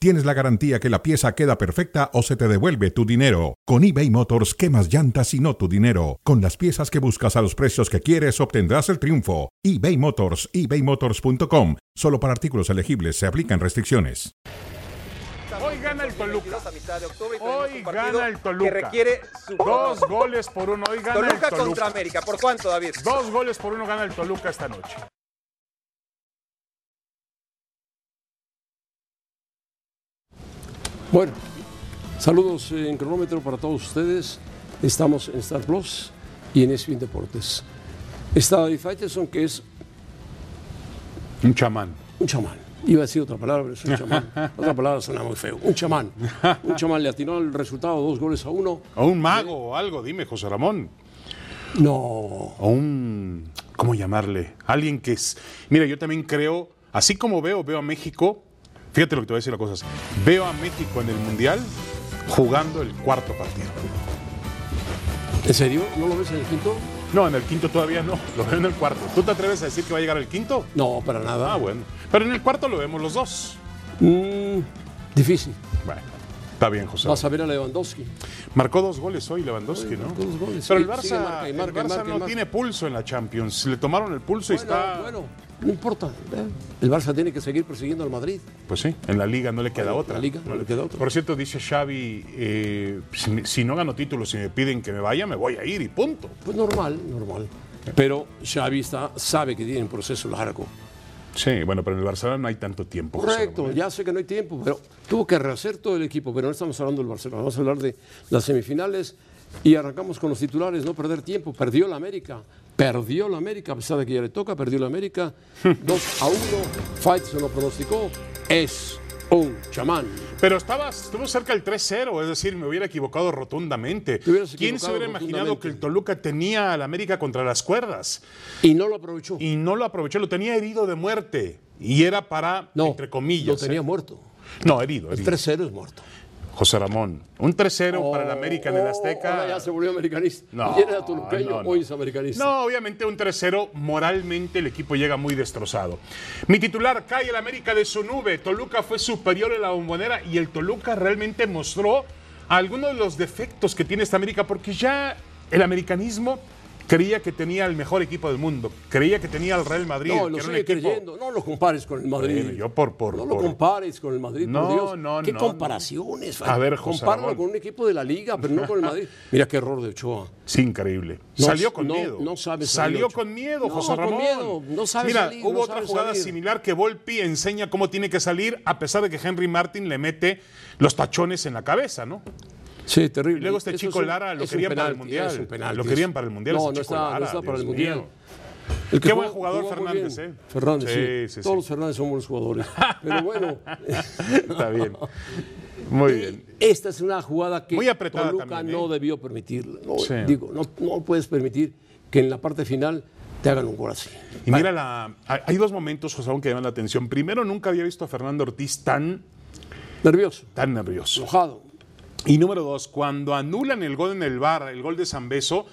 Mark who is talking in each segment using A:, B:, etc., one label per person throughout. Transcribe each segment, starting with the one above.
A: tienes la garantía que la pieza queda perfecta o se te devuelve tu dinero. Con eBay Motors, quemas llantas y no tu dinero. Con las piezas que buscas a los precios que quieres, obtendrás el triunfo. eBay Motors, ebaymotors.com. Solo para artículos elegibles se aplican restricciones.
B: Hoy gana el Toluca. Hoy
C: un partido
B: gana el Toluca.
C: que requiere su-
B: dos goles por uno. Hoy gana
C: Toluca
B: el Toluca.
C: contra América. ¿Por cuánto, David?
B: Dos goles por uno gana el Toluca esta noche.
D: Bueno, saludos eh, en cronómetro para todos ustedes. Estamos en Star Plus y en ESPN Deportes. Está David Faiteson, que es
E: Un chamán.
D: un chamán. Iba a decir otra palabra, pero es un chamán. Otra palabra suena muy feo. Un chamán. Un chamán le atinó el resultado, dos goles a uno.
E: O un mago o algo, dime, José Ramón.
D: No.
E: O un. ¿Cómo llamarle? Alguien que es. Mira, yo también creo, así como veo, veo a México. Fíjate lo que te voy a decir las cosas. Veo a México en el Mundial jugando el cuarto partido.
D: ¿En serio? ¿No lo ves en el quinto?
E: No, en el quinto todavía no, lo veo en el cuarto. ¿Tú te atreves a decir que va a llegar al quinto?
D: No, para nada.
E: Ah, bueno. Pero en el cuarto lo vemos los dos.
D: Mm, difícil.
E: Bueno, está bien, José.
D: Vas a ver a Lewandowski.
E: Marcó dos goles hoy Lewandowski, ¿no?
D: marcó dos goles.
E: Pero el
D: Sí,
E: Barça,
D: sigue marca y
E: el
D: marca y
E: Barça
D: marca y
E: no
D: marca.
E: tiene pulso en la Champions. Le tomaron el pulso y está.
D: Bueno, bueno, no importa. ¿eh? El Barça tiene que seguir persiguiendo al Madrid.
E: Pues sí, en la liga no le queda
D: Bueno,
E: otra.
D: la Liga no le queda otra.
E: Por cierto, dice Xavi, eh, si, me- si no gano títulos y me piden que me vaya, me voy a ir y punto.
D: Pues normal, normal. Pero Xavi está, sabe que tiene un proceso largo.
E: Sí, bueno, pero en el Barcelona no hay tanto tiempo. José
D: Correcto,
E: Ramón. ¿eh?
D: ya sé que no hay tiempo, pero tuvo que rehacer todo el equipo. Pero no estamos hablando del Barcelona, vamos a hablar de las semifinales y arrancamos con los titulares, no perder tiempo. Perdió la América, perdió la América, a pesar de que ya le toca, perdió la América 2 a 1. Fight se lo pronosticó, es un chamán.
E: Pero estabas, estuvo cerca el 3-0, es decir, me hubiera equivocado rotundamente.
D: Te hubieras
E: ¿Quién se
D: equivocado
E: hubiera imaginado
D: rotundamente.
E: que el Toluca tenía al América contra las cuerdas?
D: Y no lo aprovechó.
E: Y no lo aprovechó, lo tenía herido de muerte. Y era para,
D: no,
E: entre comillas.
D: Lo tenía
E: ¿eh?
D: muerto.
E: No, herido,
D: El
E: herido.
D: 3-0 es muerto.
E: José Ramón, un 3-0 para el América en el
D: Oh,
E: Azteca.
D: ahora ya se volvió americanista.
E: No,
D: Ayer era turpeño,
E: no, no.
D: hoy es americanista.
E: No, obviamente un 3-0, moralmente el equipo llega muy destrozado. Mi titular cae el América de su nube. Toluca fue superior en la bombonera y el Toluca realmente mostró algunos de los defectos que tiene esta América porque ya el americanismo creía que tenía el mejor equipo del mundo, creía que tenía al Real Madrid.
D: No,
E: que era
D: lo
E: un
D: sigue
E: equipo-
D: creyendo. No lo compares con el Madrid.
E: Bueno, yo por- por-
D: no lo
E: por-
D: compares con el Madrid,
E: No,
D: por Dios.
E: no,
D: ¿Qué
E: no,
D: comparaciones?
E: A ver, José
D: Compáralo
E: Ramón.
D: con un equipo de la Liga, pero no con el Madrid. Mira qué error de Ochoa.
E: Sí, increíble.
D: No,
E: salió con
D: no,
E: miedo.
D: no sabe salir,
E: Salió
D: Ocho.
E: con miedo,
D: No,
E: José
D: con
E: Ramón.
D: miedo, no sabe
E: Mira,
D: salir,
E: hubo
D: no
E: otra
D: sabe
E: jugada
D: salir.
E: similar que Volpi enseña cómo tiene que salir, a pesar de que Henry Martin le mete los tachones en la cabeza, ¿no?
D: Sí, terrible.
E: Y luego este
D: Eso es
E: chico
D: un-
E: Lara lo
D: es un
E: querían para el
D: penalti,
E: Mundial.
D: es un penalti,
E: Lo
D: es-
E: querían para el Mundial,
D: No,
E: ese
D: no
E: chico
D: está, no
E: Lara,
D: está para
E: Dios
D: el Mundial.
E: mío.
D: El
E: Qué
D: que
E: buen
D: jugó-
E: jugador
D: jugó muy
E: Fernández,
D: bien.
E: ¿eh?
D: Fernández, sí.
E: Sí, sí, sí.
D: Todos los Fernández son buenos jugadores. Pero bueno,
E: Está bien. Muy bien.
D: esta es una jugada que
E: Muy apretada
D: Toluca
E: también, ¿eh?
D: no debió permitirla. No,
E: Sí.
D: Digo, no, no puedes permitir que en la parte final te hagan un gol así.
E: Y mira, la, hay- hay dos momentos, José Ramón, que llaman la atención. Primero, nunca había visto a Fernando Ortiz tan,
D: Nervioso,
E: tan nervioso.
D: enojado.
E: Y número dos, cuando anulan el gol en el bar, el gol de Zambeso,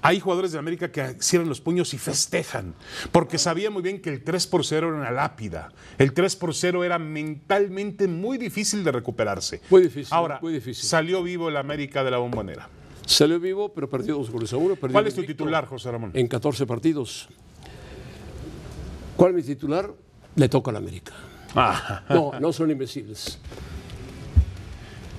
E: hay jugadores de América que cierran los puños y festejan, porque sabía muy bien que el 3 por 0 era una lápida. El 3 por 0 era mentalmente muy difícil de recuperarse.
D: Muy difícil,
E: Ahora,
D: muy difícil.
E: salió vivo el América de la bombonera.
D: Salió vivo, pero perdió dos goles a uno. perdió
E: ¿Cuál
D: el
E: es tu
D: invicto
E: titular, José Ramón?
D: En 14 partidos. ¿Cuál es mi titular? Le toca al América.
E: Ah,
D: No, no son imbéciles.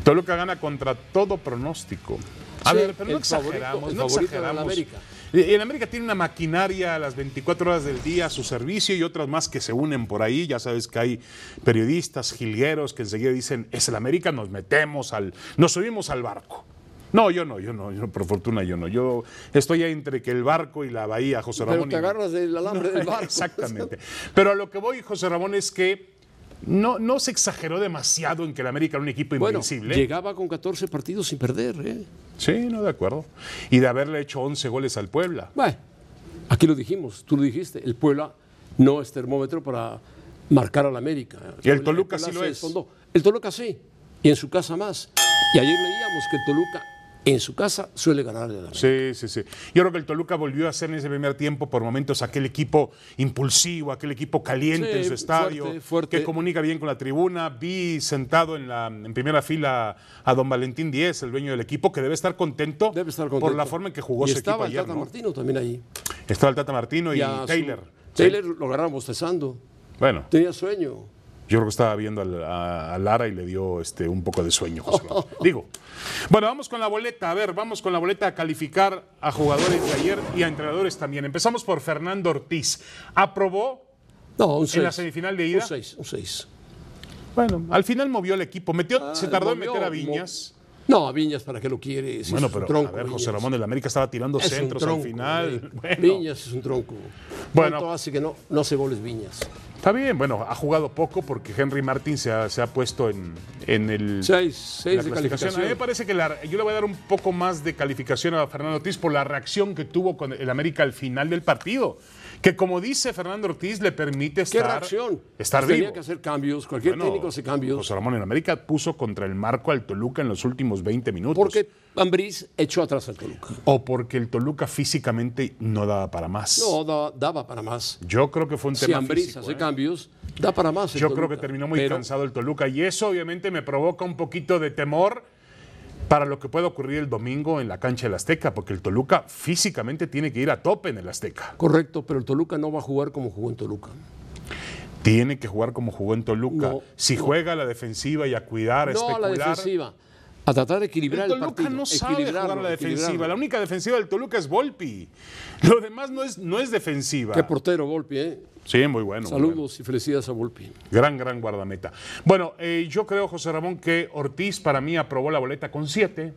E: Toluca gana contra todo pronóstico. A
D: Sí,
E: ver, pero no
D: el favorito-
E: exageramos,
D: el
E: no
D: favorito era el
E: exageramos.
D: América.
E: Eh, El América tiene una maquinaria a las 24 horas del día a su servicio y otras más que se unen por ahí. Ya sabes que hay periodistas, jilgueros que enseguida dicen, es el América, nos metemos al, nos subimos al barco. No, yo no, yo no, yo, por fortuna yo no. Yo estoy ahí entre que el barco y la bahía, José
D: Pero
E: Ramón.
D: te
E: y-
D: agarras del alambre del barco.
E: Exactamente. Pero a lo que voy, José Ramón, es que no, no se exageró demasiado en que el América era un equipo
D: Bueno,
E: invencible. ¿eh?
D: llegaba con 14 partidos sin perder. ¿eh?
E: Sí, no, de acuerdo. Y de haberle hecho 11 goles al Puebla.
D: Bueno, aquí lo dijimos, tú lo dijiste, el Puebla no es termómetro para marcar al América.
E: Y el Toluca sí lo
D: se
E: es.
D: desfondó. El Toluca sí, y en su casa más. Y ayer leíamos que el Toluca en su casa suele ganar al América.
E: Sí, sí, sí. Yo creo que el Toluca volvió a ser en ese primer tiempo por momentos aquel equipo impulsivo, aquel equipo caliente
D: Sí,
E: en su estadio,
D: fuerte, fuerte.
E: que comunica bien con la tribuna. Vi sentado en la en primera fila a don Valentín Díez, el dueño del equipo, que debe estar contento,
D: Debe estar
E: por
D: contento.
E: la forma en que jugó
D: y
E: su equipo
D: estaba el
E: ayer.
D: Tata
E: ¿no?
D: Martino también allí.
E: Estaba el Tata Martino y,
D: a su-
E: Taylor.
D: Taylor lo agarraron bostezando.
E: Bueno,
D: Tenía sueño.
E: yo creo que estaba viendo al- a, a Lara y le dio este, un poco de sueño. José Ramón. Digo. Bueno, vamos con la boleta. A ver, vamos con la boleta a calificar a jugadores de ayer y a entrenadores también. Empezamos por Fernando Ortiz. Aprobó.
D: No, un 6.
E: la semifinal de ida?
D: Un 6, un 6.
E: Bueno, al final movió el equipo. Metió, se tardó en
D: Ah, movió,
E: meter a
D: mo-
E: Viñas.
D: No, a Viñas, ¿para qué lo quiere? Ese
E: Bueno,
D: es un
E: pero
D: tronco,
E: a ver, José
D: Viñas.
E: Ramón del América estaba tirando
D: Es un
E: centros
D: tronco,
E: al final.
D: eh.
E: Bueno,
D: Viñas es un tronco.
E: Bueno.
D: ¿Cuánto hace que no, no hace goles Viñas?
E: está bien, bueno, ha jugado poco porque Henry Martin se ha, se ha puesto en, en el.
D: 6,
E: la
D: 6
E: clasificación. eh,
D: de
E: A mí me
D: calificación.
E: parece que la- yo le voy a dar un poco más de calificación a Fernando Ortiz por la reacción que tuvo con el América al final del partido. Que como dice Fernando Ortiz, le permite
D: ¿Qué
E: estar,
D: reacción?
E: estar
D: Tenía
E: vivo.
D: que hacer cambios, cualquier
E: Bueno,
D: técnico hace cambios.
E: José Ramón, en América puso contra el marco al Toluca en los últimos 20 minutos.
D: Porque
E: pues-
D: Ambriz echó atrás al Toluca.
E: O porque el Toluca físicamente no daba para más.
D: No, da- daba para más.
E: Yo creo que fue un
D: Si
E: tema
D: Ambriz
E: físico,
D: hace
E: ¿eh?
D: cambios, da para más. el
E: Yo creo que
D: Este Toluca.
E: terminó muy
D: Pero
E: cansado el Toluca y eso obviamente me provoca un poquito de temor para lo que pueda ocurrir el domingo en la cancha del Azteca, porque el Toluca físicamente tiene que ir a tope en el Azteca.
D: Correcto, pero el Toluca no va a jugar como jugó en Toluca.
E: Tiene que jugar como jugó en Toluca.
D: No,
E: si juega a la defensiva y a cuidar, a
D: no a la
E: especular.
D: defensiva. A tratar de
E: El
D: equilibrar el,
E: Toluca
D: partido.
E: no sabe jugar a
D: equilibrarlo,
E: la defensiva. La
D: equilibrarlo.
E: única defensiva del Toluca es Volpi. Lo demás no es, no es defensiva.
D: Qué portero, Volpi, ¿eh?
E: Sí, muy bueno. muy bueno.
D: Saludos y felicidades a Volpi.
E: Gran, gran guardameta. Bueno, eh, yo creo, José Ramón, que Ortiz para mí aprobó la boleta con siete.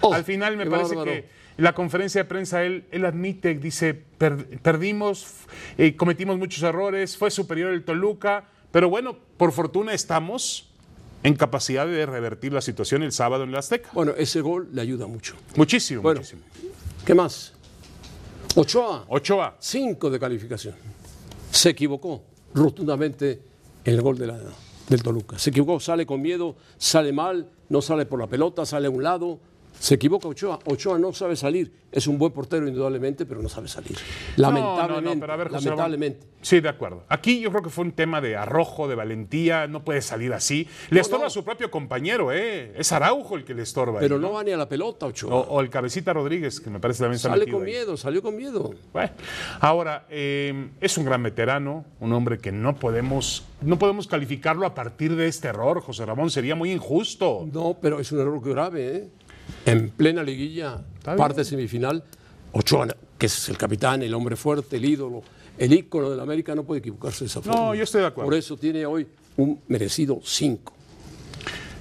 D: Oh,
E: Al final me
D: qué
E: parece
D: bárbaro.
E: que la conferencia de prensa, él, él admite, dice, "Per- perdimos, eh, cometimos muchos errores, fue superior el Toluca, pero bueno, por fortuna estamos en capacidad de revertir la situación el sábado en la Azteca.
D: Bueno, ese gol le ayuda mucho.
E: Muchísimo,
D: Bueno.
E: muchísimo.
D: ¿Qué más? Ochoa,
E: Ochoa,
D: 5 de calificación. Se equivocó rotundamente en el gol de la- del Toluca. Se equivocó, sale con miedo, sale mal, no sale por la pelota, sale a un lado. Se equivoca Ochoa. Ochoa no sabe salir. Es un buen portero, indudablemente, pero no sabe salir. Lamentablemente.
E: No, no, no, pero a ver, José Ramón.
D: lamentablemente.
E: Sí, de acuerdo. Aquí yo creo que fue un tema de arrojo, de valentía, no puede salir así. Le estorba
D: no.
E: a su propio compañero, ¿eh? Es Araujo el que le estorba. ahí,
D: Pero no va ni a la pelota, Ochoa.
E: O, o el Cabecita Rodríguez, que me parece también está
D: Sale
E: metido
D: con
E: ahí.
D: miedo, salió con miedo.
E: Bueno, ahora, eh, es un gran veterano, un hombre que no podemos, no podemos calificarlo a partir de este error, José Ramón, sería muy injusto.
D: No, pero es un error grave, ¿eh? En plena liguilla,
E: Está
D: parte semifinal, Ochoa, que es el capitán, el hombre fuerte, el ídolo, el ícono del América, no puede equivocarse de esa forma.
E: yo estoy de acuerdo.
D: Por eso tiene hoy un merecido 5.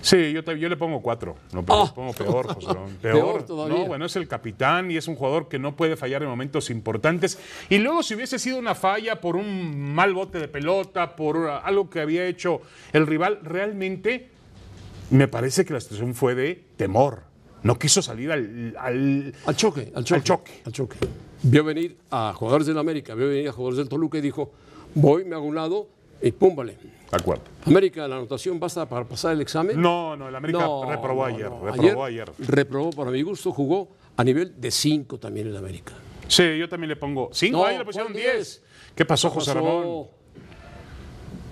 E: Sí, yo, te- yo le pongo cuatro. No, pero le pongo peor, José Ramón. Peor,
D: Ah. Peor todavía.
E: No, bueno, es el capitán y es un jugador que no puede fallar en momentos importantes. Y luego, si hubiese sido una falla por un mal bote de pelota, por algo que había hecho el rival, realmente me parece que la situación fue de temor. No quiso salir al- al
D: Al choque, al choque.
E: Al choque.
D: al choque. Vio venir a jugadores del América, vio venir a jugadores del Toluca y dijo, voy, me hago un lado y púmbale.
E: de acuerdo.
D: América, la anotación basta para pasar el examen.
E: No, no, el América reprobó
D: no,
E: ayer,
D: no.
E: reprobó ayer.
D: Reprobó, para mi gusto, jugó a nivel de 5 también el América.
E: Sí, yo también le pongo cinco.
D: No,
E: ahí le pusieron
D: ¿cuál
E: diez.
D: diez?
E: ¿Qué pasó, José
D: Pasó-
E: Ramón?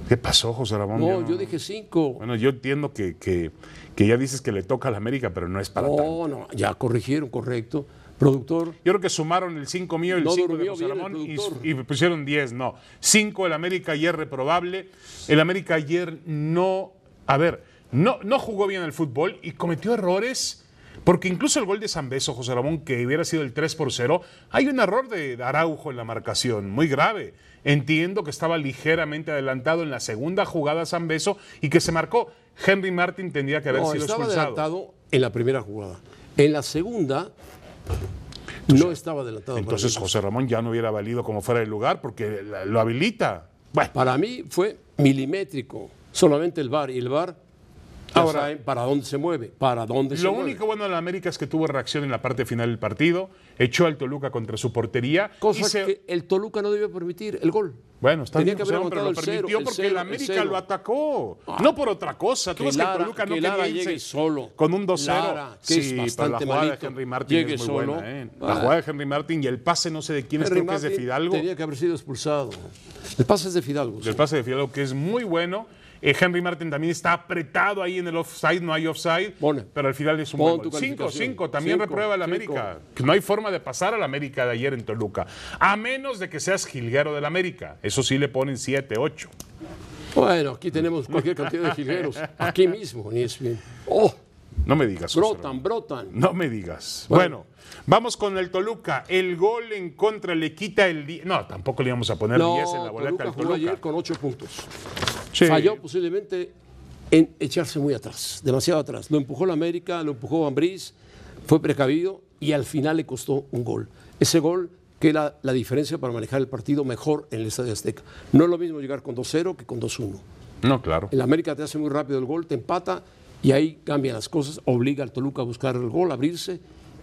E: ¿Qué pasó, José Ramón?
D: No,
E: no-
D: yo dije 5.
E: Bueno, yo entiendo que, que- que ya dices que le toca a la América, pero no es para tanto.
D: Oh, No, no, ya corrigieron, correcto. Productor,
E: Yo creo que sumaron el 5 mío y el
D: No
E: 5 de
D: durmió
E: José
D: bien el
E: Ramón y,
D: productor.
E: y pusieron 10, no. 5 el América ayer reprobable. El América ayer no, a ver, no, no jugó bien al fútbol y cometió errores. Porque incluso el gol de San Beso, José Ramón, que hubiera sido el 3 por 0, hay un error de Araujo en la marcación, muy grave. Entiendo que estaba ligeramente adelantado en la segunda jugada San Beso y que se marcó. Henry Martin tendría que haber
D: no,
E: sido
D: estaba
E: expulsado.
D: adelantado en la primera jugada. En la segunda, no estaba adelantado. para
E: Entonces
D: mí.
E: José Ramón ya no hubiera valido como fuera de lugar porque la- lo habilita. Bueno,
D: para mí fue milimétrico, solamente el VAR. Y el VAR Ahora, ¿eh? ¿para dónde se mueve? ¿Para dónde se
E: Lo
D: mueve?
E: único bueno de la América es que tuvo reacción en la parte final del partido, echó al Toluca contra su portería. y
D: Cosa
E: se-
D: que el Toluca no debió permitir, el gol.
E: Bueno, está
D: Tenía
E: bien,
D: que
E: José
D: haber
E: Ramón, pero
D: anotado
E: lo
D: el cero,
E: permitió
D: el
E: porque
D: cero,
E: la
D: el
E: América
D: cero.
E: lo atacó.
D: Ah.
E: no por otra cosa. Tú
D: que
E: ves que el
D: Lara-
E: Toluca no
D: que
E: quería
D: Lara
E: irse
D: llegue solo.
E: Con un 2-0.
D: Lara, que es
E: sí, pero la
D: bastante
E: jugada de
D: malito,
E: Henry Martin
D: llegue
E: es muy
D: solo.
E: buena. ¿eh? La
D: Ah.
E: jugada de Henry Martin y el pase no sé de quién es,
D: Henry
E: creo que es este de
D: Martin
E: Fidalgo.
D: Tenía que haber sido expulsado. El pase es de Fidalgo. sí.
E: El pase de Fidalgo que es muy bueno. Eh, Henry Martin también está apretado ahí en el offside, no hay offside.
D: Pone.
E: Pero al final es un
D: Pon
E: buen
D: tu
E: gol. 5
D: calificación.
E: 5 también
D: Cinco,
E: reprueba el
D: cinco.
E: América. Que No hay forma de pasar al América de ayer en Toluca. A menos de que seas jilguero del América. Eso sí le ponen 7, 8.
D: Bueno, aquí tenemos cualquier cantidad de jilgueros. Aquí mismo, ni es bien. ¡Oh!
E: No me digas. José Ramón.
D: Brotan, brotan.
E: No me digas. Bueno.
D: Bueno.
E: vamos con el Toluca. El gol en contra le quita el 10. No, tampoco le íbamos a poner 10
D: No,
E: en la boleta
D: Toluca
E: al
D: jugó
E: Toluca.
D: ayer con ocho puntos.
E: Sí.
D: Falló posiblemente en echarse muy atrás, demasiado atrás. Lo empujó la América, lo empujó Van Briz, fue precavido y al final le costó un gol. Ese gol que era la diferencia para manejar el partido mejor en el Estadio Azteca. No es lo mismo llegar con 2-0 que con 2-1.
E: No, claro.
D: El América te hace muy rápido el gol, te empata y ahí cambian las cosas, obliga al Toluca a buscar el gol, a abrirse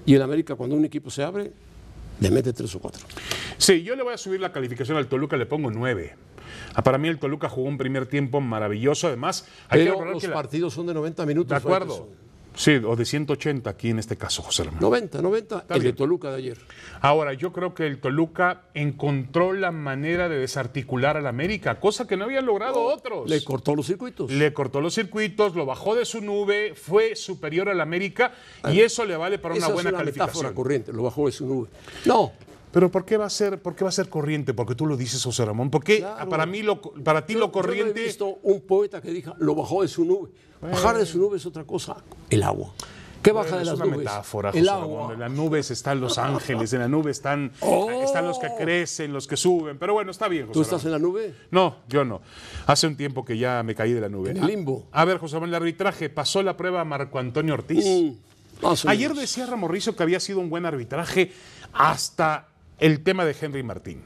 D: y el América cuando un equipo se abre le mete tres o cuatro.
E: Sí, yo le voy a subir la calificación al Toluca, le pongo 9. Para mí el Toluca jugó un primer tiempo maravilloso. Además, hay que
D: Pero
E: recordar
D: los
E: que la-
D: partidos son de 90 minutos.
E: De acuerdo.
D: Faitelson.
E: Sí, o de 180 aquí en este caso, José Ramón.
D: 90, 90, el
E: bien.
D: de Toluca de ayer.
E: Ahora, yo creo que el Toluca encontró la manera de desarticular al América, cosa que no habían logrado otros.
D: Le cortó los circuitos.
E: Le cortó los circuitos, lo bajó de su nube, fue superior al América y eso le vale para una
D: Esa
E: buena
D: es una metáfora
E: calificación.
D: corriente, lo bajó de su nube. No,
E: Pero ¿por qué va a ser, por qué va a ser corriente? Porque tú lo dices, José Ramón. ¿Por qué Ah,
D: Claro.
E: para mí lo, para ti
D: yo-
E: lo
D: yo no
E: corriente?
D: he visto un poeta que diga, lo bajó de su nube. Bajar de su nube es otra cosa, el agua. ¿Qué baja
E: Bueno,
D: de
E: es
D: las
E: una
D: nubes?
E: metáfora, José
D: el
E: Ramón.
D: agua. Oh.
E: En las nubes están los ángeles, en la nube están, están los que crecen, los que suben. Pero bueno, está bien, José
D: ¿Tú estás
E: Ramón.
D: en la nube?
E: No, yo no. Hace un tiempo que ya me caí de la nube. Ah,
D: En el limbo.
E: A, a ver, José Ramón, el arbitraje pasó la prueba a Marco Antonio Ortiz.
D: Mm, Más o
E: Ayer
D: menos.
E: decía Ramorrizo que había sido un buen arbitraje hasta el tema de Henry Martín.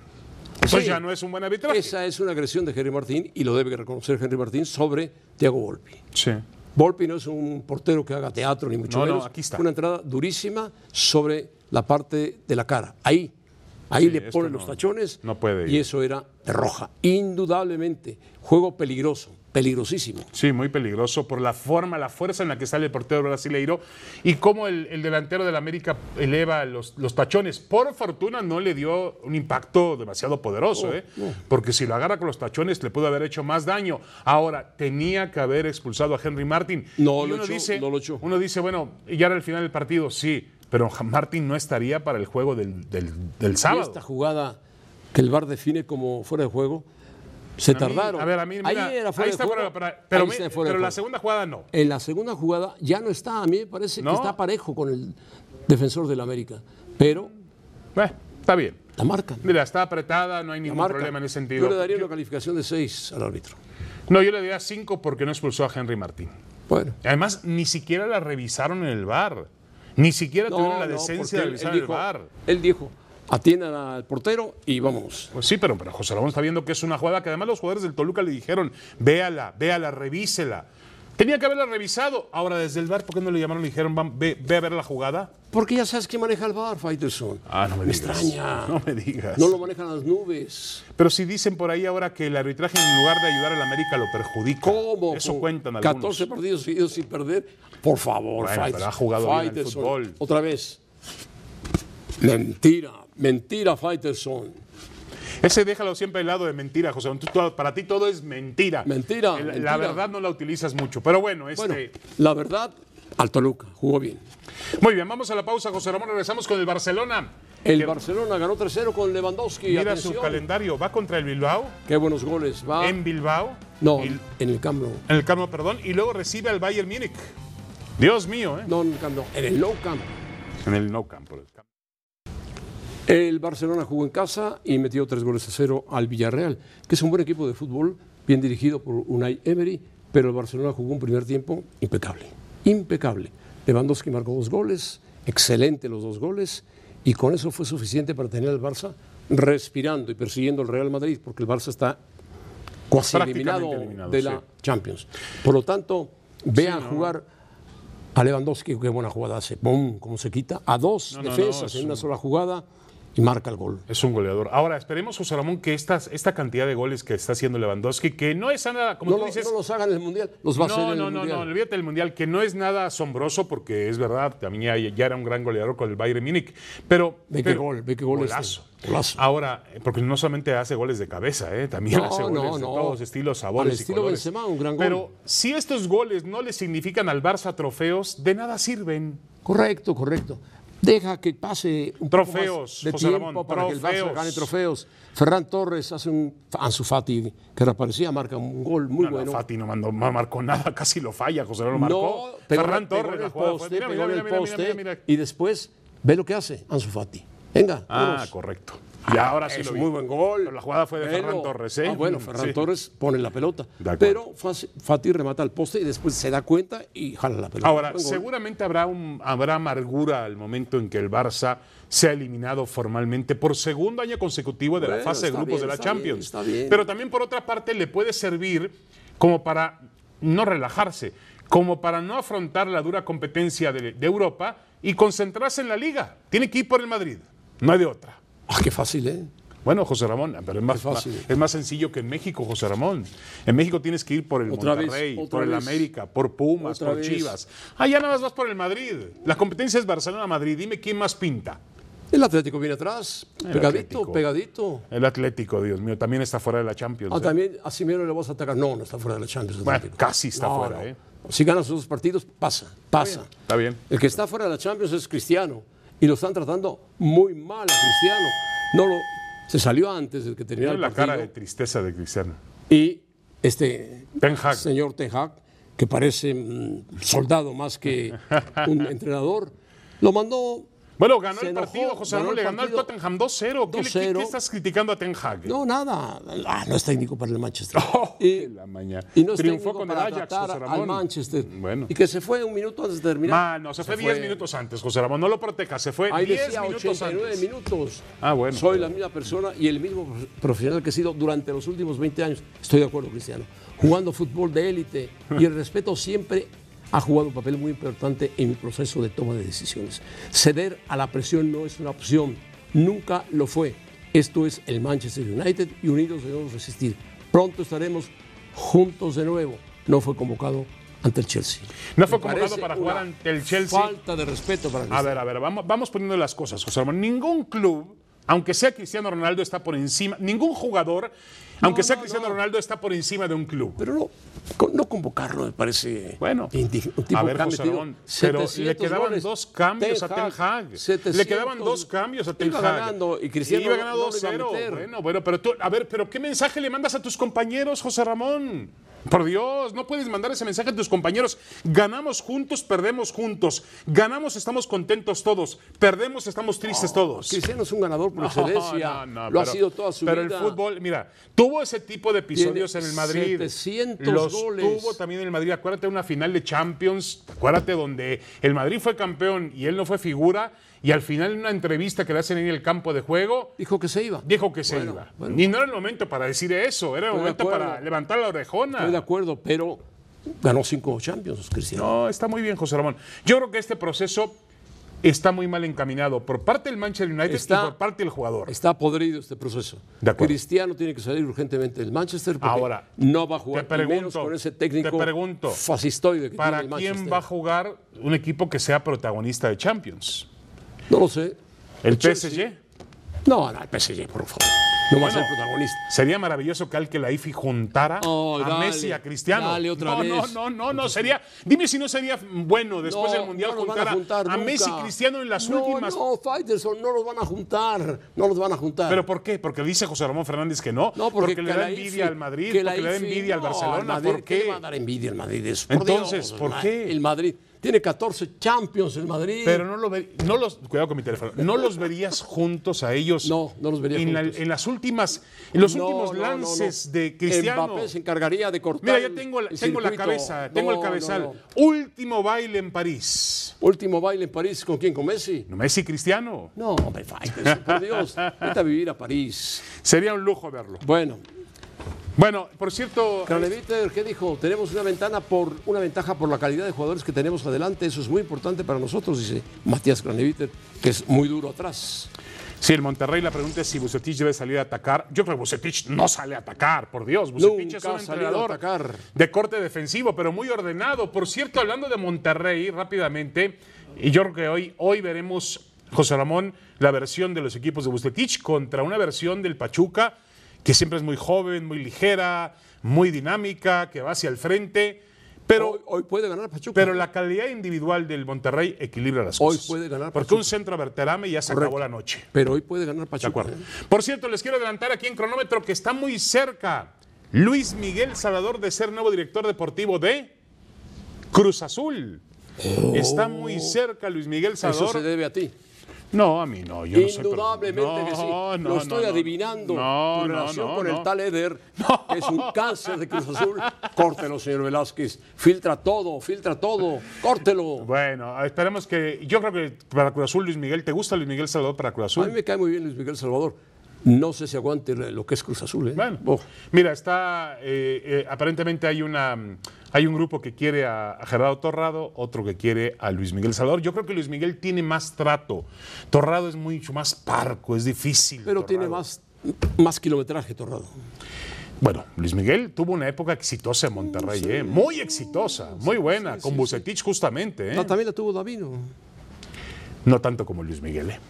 E: Eso
D: Sí.
E: ya no es un buen arbitraje.
D: Esa es una agresión de Henry Martín y lo debe reconocer Henry Martín sobre Thiago Volpi.
E: Sí.
D: Volpi no es un portero que haga teatro ni mucho
E: No, no,
D: menos.
E: aquí está.
D: Una entrada durísima sobre la parte de la cara. Ahí. Ahí
E: Sí,
D: le
E: esto
D: ponen
E: no-
D: los tachones.
E: no puede
D: Y
E: ir.
D: eso era de roja. Indudablemente. Juego peligroso. Peligrosísimo.
E: Sí, muy peligroso por la forma, la fuerza en la que sale el portero brasileiro y cómo el, el delantero del América eleva los, los tachones. Por fortuna no le dio un impacto demasiado poderoso, ¿eh? porque si lo agarra con los tachones le pudo haber hecho más daño. Ahora, tenía que haber expulsado a Henry Martin.
D: No
E: Y
D: lo
E: uno
D: echó,
E: dice,
D: no lo echó.
E: Uno dice, bueno, ya era el final del partido, sí, pero Martin no estaría para el juego del, del- del
D: Y
E: sábado.
D: esta jugada que el VAR define como fuera de juego. Se
E: A mí-
D: tardaron.
E: A ver, a mí, mira,
D: ahí era fuera
E: ahí
D: de
E: está
D: juego.
E: fuera, pero- pero
D: ahí
E: me-
D: está fuera de
E: pero la
D: juego.
E: segunda jugada no.
D: En la segunda jugada ya no está, a mí me parece
E: ¿No?
D: que está parejo con el defensor del América, pero
E: Bueno, Eh, está bien.
D: la marcan.
E: Mira, está apretada, no hay
D: La
E: ningún
D: marcan.
E: problema en ese sentido.
D: Yo le daría una calificación de 6 al árbitro.
E: No, yo le daría 5 porque no expulsó a Henry Martín.
D: Bueno.
E: Además, ni siquiera la revisaron en el bar. Ni siquiera tuvieron la
D: no,
E: decencia de
D: porque
E: revisar
D: él
E: el
D: dijo-
E: bar.
D: Él dijo, atiendan al portero y vámonos.
E: Pues sí, pero, pero José Ramón está viendo que es una jugada que además los jugadores del Toluca le dijeron, véala, véala, revísela. Tenía que haberla revisado. Ahora, desde el bar, ¿por qué no le llamaron y le dijeron, "Van, ve, ve a ver la jugada?
D: Porque ya sabes que maneja el bar, Faitelson.
E: Ah, no me
D: Me
E: digas.
D: extraña.
E: No me digas.
D: No lo manejan las nubes.
E: Pero si dicen por ahí ahora que el arbitraje, en lugar de ayudar al América, lo perjudica.
D: ¿Cómo?
E: Eso
D: Con
E: cuentan algunos.
D: 14 partidos seguidos sin perder. Por favor,
E: Bueno, pero
D: Faitelson.
E: ha jugado bien al
D: Faitelson.
E: fútbol.
D: Otra vez. Mentira, mentira, Faitelson.
E: Ese déjalo siempre al lado de mentira, José. Tú- tú- para ti todo es mentira.
D: Mentira,
E: El- La
D: mentira.
E: verdad no la utilizas mucho. Pero bueno, este.
D: Bueno, la verdad, al Toluca jugó bien.
E: Muy bien, vamos a la pausa, José Ramón. Regresamos con el Barcelona.
D: El
E: Que
D: Barcelona ganó 3-0 con Lewandowski.
E: Mira
D: atención.
E: su calendario. Va contra el Bilbao,
D: Qué buenos goles. Va.
E: en Bilbao.
D: no,
E: y-
D: en el Camp Nou.
E: en el Carmo, perdón. Y luego recibe al Bayern Múnich. Dios mío, ¿eh?
D: No, en el Camp Nou, en el Nou Camp.
E: En el no campo.
D: El Barcelona jugó en casa y metió tres goles a cero al Villarreal, que es un buen equipo de fútbol, bien dirigido por Unai Emery, pero el Barcelona jugó un primer tiempo impecable, impecable. Lewandowski marcó dos goles, excelente los dos goles, y con eso fue suficiente para tener al Barça respirando y persiguiendo al Real Madrid, porque el Barça está cuasi
E: Prácticamente
D: eliminado
E: eliminado,
D: de
E: sí.
D: la Champions. Por lo tanto, Vean jugar a Lewandowski, qué buena jugada hace. ¡Pum! ¿Cómo se quita? A dos
E: No, no, no,
D: defensas
E: es
D: en una
E: un-
D: sola jugada y marca el gol.
E: Es un goleador. Ahora, esperemos, José Ramón, que estas, esta cantidad de goles que está haciendo Lewandowski, que no es nada, como
D: No,
E: tú
D: lo-
E: dices,
D: no los hagan en el Mundial, los va a hacer en
E: No,
D: el
E: no, no,
D: Mundial.
E: no, olvídate del Mundial, que no es nada asombroso porque es verdad, también ya, ya era un gran goleador con el Bayern Múnich, pero...
D: Ve qué
E: pero-
D: gol, ve qué gol este.
E: Golazo.
D: Golazo.
E: Ahora, eh, porque no solamente hace goles de cabeza, eh, también
D: No,
E: hace goles
D: no,
E: de
D: no.
E: todos estilos, sabores
D: Al
E: y
D: estilo
E: colores.
D: Benzema, un gran gol.
E: Pero si estos goles no le significan al Barça trofeos, de nada sirven.
D: Correcto, correcto. Deja que pase un poco
E: Trofeos,
D: más de
E: José
D: tiempo
E: Ramón,
D: para que el
E: trofeos.
D: Barça gane trofeos. Ferran Torres hace un Ansu Fati que reaparecía, marca un gol muy
E: Ah, No, no,
D: bueno.
E: Fati no, mandó, no marcó nada, casi lo falla, José no lo marcó.
D: No, pegó,
E: Ferran
D: pegó
E: Torres,
D: en
E: la
D: el
E: jugada fue-
D: poste,
E: mira,
D: pegó
E: mira,
D: en el
E: mira, mira,
D: poste
E: mira, mira.
D: y después ve lo que hace Ansu Fati. Venga,
E: Ah,
D: vámonos.
E: correcto. Y ahora Ah, sí
D: es
E: lo vi.
D: muy buen gol.
E: Pero la jugada fue de
D: Velo.
E: Ferran Torres, ¿eh?
D: Ah, bueno, Ferran
E: Sí.
D: Torres pone la pelota.
E: De acuerdo.
D: Pero Fas- Fati remata al poste y después se da cuenta y jala la pelota.
E: Ahora,
D: Buen gol.
E: seguramente habrá, un, habrá amargura al momento en que el Barça sea eliminado formalmente por segundo año consecutivo de la
D: Bueno,
E: fase de
D: está
E: grupos
D: bien,
E: de la
D: está bien,
E: Champions.
D: está bien.
E: Pero también, por otra parte, le puede servir como para no relajarse, como para no afrontar la dura competencia de, de Europa y concentrarse en la liga. Tiene que ir por el Madrid, no hay de otra.
D: Ah, qué fácil, ¿eh?
E: Bueno, José Ramón, pero es más,
D: Es fácil.
E: es más sencillo que en México, José Ramón. En México tienes que ir por el
D: Otra vez,
E: Monterrey,
D: otra
E: por el
D: vez.
E: América, por Pumas,
D: Otra
E: por
D: vez.
E: Chivas. Allá nada más vas por el Madrid. La competencia es Barcelona-Madrid. Dime quién más pinta.
D: El Atlético viene atrás,
E: El
D: pegadito,
E: Atlético.
D: pegadito.
E: El Atlético, Dios mío, también está fuera de la Champions.
D: Ah,
E: ¿eh?
D: también a Simeone le vas a atacar. No, no está fuera de la Champions.
E: Bueno,
D: Atlético.
E: casi está
D: No,
E: fuera,
D: no.
E: ¿eh?
D: Si ganas los dos partidos, pasa, pasa.
E: Está bien.
D: El que está fuera de la Champions es Cristiano. Y lo están tratando muy mal a Cristiano. No lo, se salió antes del que tenía
E: Mira
D: el
E: la
D: partido.
E: cara de tristeza de Cristiano.
D: Y este
E: Ten Hag.
D: señor Ten Hag, que parece mm, soldado más que un entrenador, lo mandó.
E: Bueno, ganó
D: Se
E: el
D: enojó,
E: partido, José
D: ganó
E: Ramón.
D: el
E: Le ganó al
D: partido
E: Tottenham 2-0. ¿Qué, le- qué-
D: 2-0.
E: qué estás criticando a Ten Hag?
D: No, nada. Ah, no es técnico para el Manchester.
E: Oh,
D: y,
E: la mañana.
D: y no es
E: Triunfó
D: técnico
E: con el
D: para
E: Ajax,
D: tratar
E: José
D: al
E: Ramón.
D: Manchester.
E: Bueno.
D: Y que se fue un minuto antes de terminar.
E: Mano, se, fue 10 minutos antes, José Ramón. No lo protejas, se fue
D: Ahí
E: 10
D: decía
E: minutos
D: 89
E: antes.
D: minutos.
E: Ah, bueno.
D: Soy la misma persona y el mismo profe- profesional que he sido durante los últimos 20 años. Estoy de acuerdo, Cristiano. Jugando fútbol de élite y el respeto siempre ha jugado un papel muy importante en mi proceso de toma de decisiones. Ceder a la presión no es una opción, nunca lo fue. Esto es el Manchester United y unidos debemos resistir. Pronto estaremos juntos de nuevo. No fue convocado ante el Chelsea.
E: No fue
D: Me
E: convocado
D: parece
E: para jugar
D: una
E: ante el Chelsea.
D: Falta de respeto para
E: A
D: Cristiano.
E: ver, a ver, vamos, vamos poniendo las cosas, José Ramón. Ningún club, aunque sea Cristiano Ronaldo, está por encima. Ningún jugador, aunque sea
D: no,
E: Cristiano
D: no.
E: Ronaldo, está por encima de un club.
D: Pero no, con- no convocarlo me parece.
E: Bueno,
D: indi- un tipo
E: a ver,
D: que ha
E: José
D: metido
E: Ramón, pero le
D: 700
E: quedaban
D: goles.
E: dos cambios a Ten Hag. Le quedaban
D: 700.
E: dos cambios a Ten
D: Iba
E: Hag.
D: ganando y Cristiano
E: iba
D: no-
E: ganando
D: no lo iba a
E: 2-0.
D: meter.
E: Bueno, bueno, pero tú, a ver, pero ¿qué mensaje le mandas a tus compañeros, José Ramón? Por Dios, no puedes mandar ese mensaje a tus compañeros. Ganamos juntos, perdemos juntos. Ganamos, estamos contentos todos. Perdemos, estamos tristes todos.
D: Oh, Cristiano es un ganador por
E: No,
D: excelencia.
E: no,
D: lo ha
E: pero-
D: sido toda su
E: pero
D: vida.
E: el fútbol, mira, tuvo ese tipo de episodios
D: Tiene
E: en el Madrid.
D: 700
E: Los
D: goles.
E: tuvo también en el Madrid. Acuérdate de una final de Champions. Acuérdate donde el Madrid fue campeón y él no fue figura. Y al final, en una entrevista que le hacen en el campo de juego,
D: Dijo que se iba.
E: dijo que se
D: Bueno,
E: iba.
D: bueno.
E: Y no era el momento para decir eso. Era el
D: Estoy de
E: momento
D: acuerdo.
E: para levantar la orejona.
D: Estoy de acuerdo, pero ganó cinco Champions, Cristiano.
E: No, está muy bien, José Ramón. Yo creo que este proceso está muy mal encaminado por parte del Manchester United
D: Está-
E: y por parte del jugador.
D: Está podrido este proceso.
E: De acuerdo.
D: Cristiano tiene que salir urgentemente del Manchester porque
E: Ahora,
D: no va a jugar
E: te pregunto,
D: y menos con ese técnico
E: te pregunto,
D: fascistoide que
E: ¿Para
D: tiene el este.
E: quién
D: Manchester.
E: va a jugar un equipo que sea protagonista de Champions?
D: No lo sé.
E: ¿El
D: Chelsea.
E: PSG?
D: No, no, el PSG, por favor. No va a ser
E: Bueno,
D: protagonista.
E: Sería maravilloso que al que la IFI juntara
D: Oh,
E: a
D: dale,
E: Messi y a Cristiano.
D: dale otra
E: no, no,
D: vez.
E: no, no, no, sería. Dime si no sería bueno después
D: No,
E: del Mundial
D: no los van
E: juntar, a,
D: juntar
E: a Messi y
D: nunca.
E: Cristiano en las
D: No,
E: últimas.
D: No, Faitelson, no los van a juntar. No los van a juntar.
E: ¿Pero por qué? Porque dice José Ramón Fernández que no.
D: no, porque,
E: le da
D: Calaifi-
E: envidia al Madrid, porque le da
D: Calaifi-
E: envidia al
D: no,
E: Barcelona.
D: al Madrid,
E: ¿Por
D: ¿qué le
E: qué?
D: va a dar envidia al Madrid? Eso,
E: Entonces,
D: Dios,
E: ¿por
D: el Ma-
E: qué?
D: El Madrid tiene 14 Champions, el Madrid.
E: Pero no, lo ve- no los. Cuidado con mi teléfono. No los verías juntos a ellos.
D: No, no los vería
E: en la-
D: juntos.
E: en las últimas. En los
D: No,
E: últimos
D: no, no, no.
E: lances de Cristiano.
D: Mbappé se encargaría de cortar.
E: Mira, ya
D: el-
E: tengo la,
D: el
E: tengo la
D: circuito.
E: cabeza, tengo
D: No,
E: el cabezal.
D: no, no.
E: Último baile en París.
D: Último baile en París, ¿con quién? ¿Con Messi?
E: Messi Cristiano.
D: No, hombre, Faitelson, por Dios. Vete a vivir a París.
E: Sería un lujo verlo.
D: Bueno,
E: Bueno, por cierto, este,
D: Craneviter, ¿qué dijo? Tenemos una ventana por una ventaja por la calidad de jugadores que tenemos adelante. Eso es muy importante para nosotros, dice Matías Craneviter, que es muy duro atrás.
E: si el Monterrey la pregunta es si Bucetich debe salir a atacar, yo creo que Bucetich no sale a atacar, por Dios. Bucetich
D: Nunca
E: es un
D: ha salido a
E: entrenador
D: atacar.
E: de corte defensivo, pero muy ordenado. Por cierto, hablando de Monterrey, rápidamente, y yo creo que hoy, hoy veremos, José Ramón, la versión de los equipos de Bucetich contra una versión del Pachuca, que siempre es muy joven, muy ligera, muy dinámica, que va hacia el frente. Pero
D: hoy, hoy puede ganar Pachuca.
E: Pero la calidad individual del Monterrey equilibra las
D: Hoy
E: cosas.
D: puede ganar
E: Porque
D: Pachuca.
E: un centro a Berterame y ya se acabó la noche.
D: Pero hoy puede ganar Pachuca.
E: De acuerdo.
D: ¿eh?
E: Por cierto, les quiero adelantar aquí en cronómetro que está muy cerca Luis Miguel Salvador de ser nuevo director deportivo de Cruz Azul. Está muy cerca Luis Miguel
D: Oh. Eso se
E: Salvador.
D: debe a ti.
E: No, a mí no. Yo no soy per-
D: Indudablemente que sí.
E: No, no,
D: Lo estoy
E: no, no.
D: adivinando.
E: No,
D: tu
E: no,
D: relación
E: no,
D: con
E: no.
D: el tal Eder, que es un cáncer de Cruz Azul. Córtelo, señor Velázquez. Filtra todo, filtra todo. Córtelo.
E: Bueno, esperemos que. Yo creo que para Cruz Azul, Luis Miguel, ¿te gusta Luis Miguel Salvador para Cruz
D: A
E: Azul?
D: mí me cae muy bien Luis Miguel Salvador. No sé si aguante lo que es Cruz Azul. ¿eh?
E: Bueno,
D: Oh.
E: mira, está eh, eh, aparentemente hay una mm, hay un grupo que quiere a, a Gerardo Torrado, otro que quiere a Luis Miguel Salvador. Yo creo que Luis Miguel tiene más trato. Torrado es mucho más parco, es difícil.
D: Pero
E: Torrado.
D: tiene más, más kilometraje, Torrado. Ah,
E: Bueno, Luis Miguel tuvo una época exitosa en Monterrey, ¿eh? muy exitosa, muy buena, con Bucetich justamente, ¿eh?
D: Ah, también la tuvo Davino.
E: no tanto como Luis Miguel. ¿eh?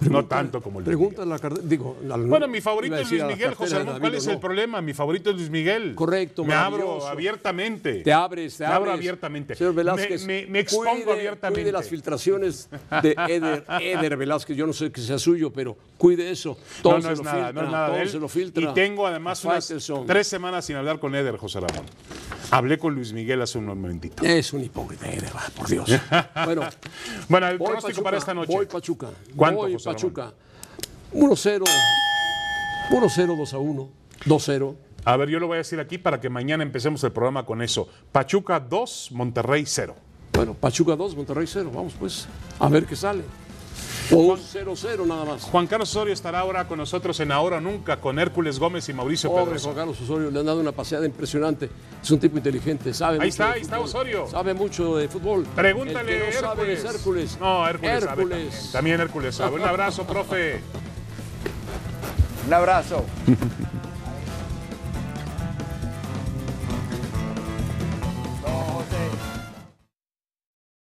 D: No,
E: tanto como Luis
D: Pregunta la cartera. Digo, la-
E: Bueno, mi favorito
D: iba a
E: es Luis
D: decir a la
E: Miguel,
D: cartera
E: José
D: de
E: Ramón.
D: Davino,
E: ¿Cuál es el
D: no.
E: problema? Mi favorito es Luis Miguel.
D: Correcto,
E: Me abro
D: maravilloso.
E: abiertamente.
D: Te abres, te
E: Me
D: abres.
E: abro abiertamente.
D: Señor Velázquez,
E: Me, me- me expongo
D: cuide- cuide
E: abiertamente.
D: las filtraciones de Eder, Eder Velázquez. Yo no sé que sea suyo, pero cuide eso. Todo
E: no, no
D: se
E: es
D: lo
E: nada,
D: filtra,
E: no es nada
D: todo
E: de él.
D: se lo filtra.
E: Y tengo además unas
D: Faitelson.
E: tres semanas sin hablar con Eder, José Ramón. Hablé con Luis Miguel hace un momentito.
D: Es un hipócrita, Eder, ah, por Dios. bueno,
E: Bueno, el
D: voy
E: pronóstico
D: Pachuca,
E: para esta noche.
D: Voy Pachuca.
E: ¿Cuánto,
D: voy
E: José Ramón?
D: Pachuca. 1-0. 1-0, 2-1. 2-0.
E: A ver, yo lo voy a decir aquí para que mañana empecemos el programa con eso. Pachuca 2, Monterrey 0.
D: Bueno, Pachuca 2, Monterrey 0. Vamos pues, a ver qué sale. O un 0-0 nada más.
E: Juan Carlos Osorio estará ahora con nosotros en Ahora o Nunca con Hércules Gómez y Mauricio
D: Pobre
E: Pedrosa.
D: Juan Carlos Osorio, le han dado una paseada impresionante. Es un tipo inteligente, sabe
E: Ahí
D: mucho
E: está,
D: de
E: ahí está
D: fútbol.
E: Osorio.
D: Sabe mucho de fútbol.
E: Pregúntale
D: El que no sabe es Hércules.
E: No, Hércules, sabe
D: Hércules.
E: también. También Hércules sabe. Un abrazo, profe.
C: Un abrazo.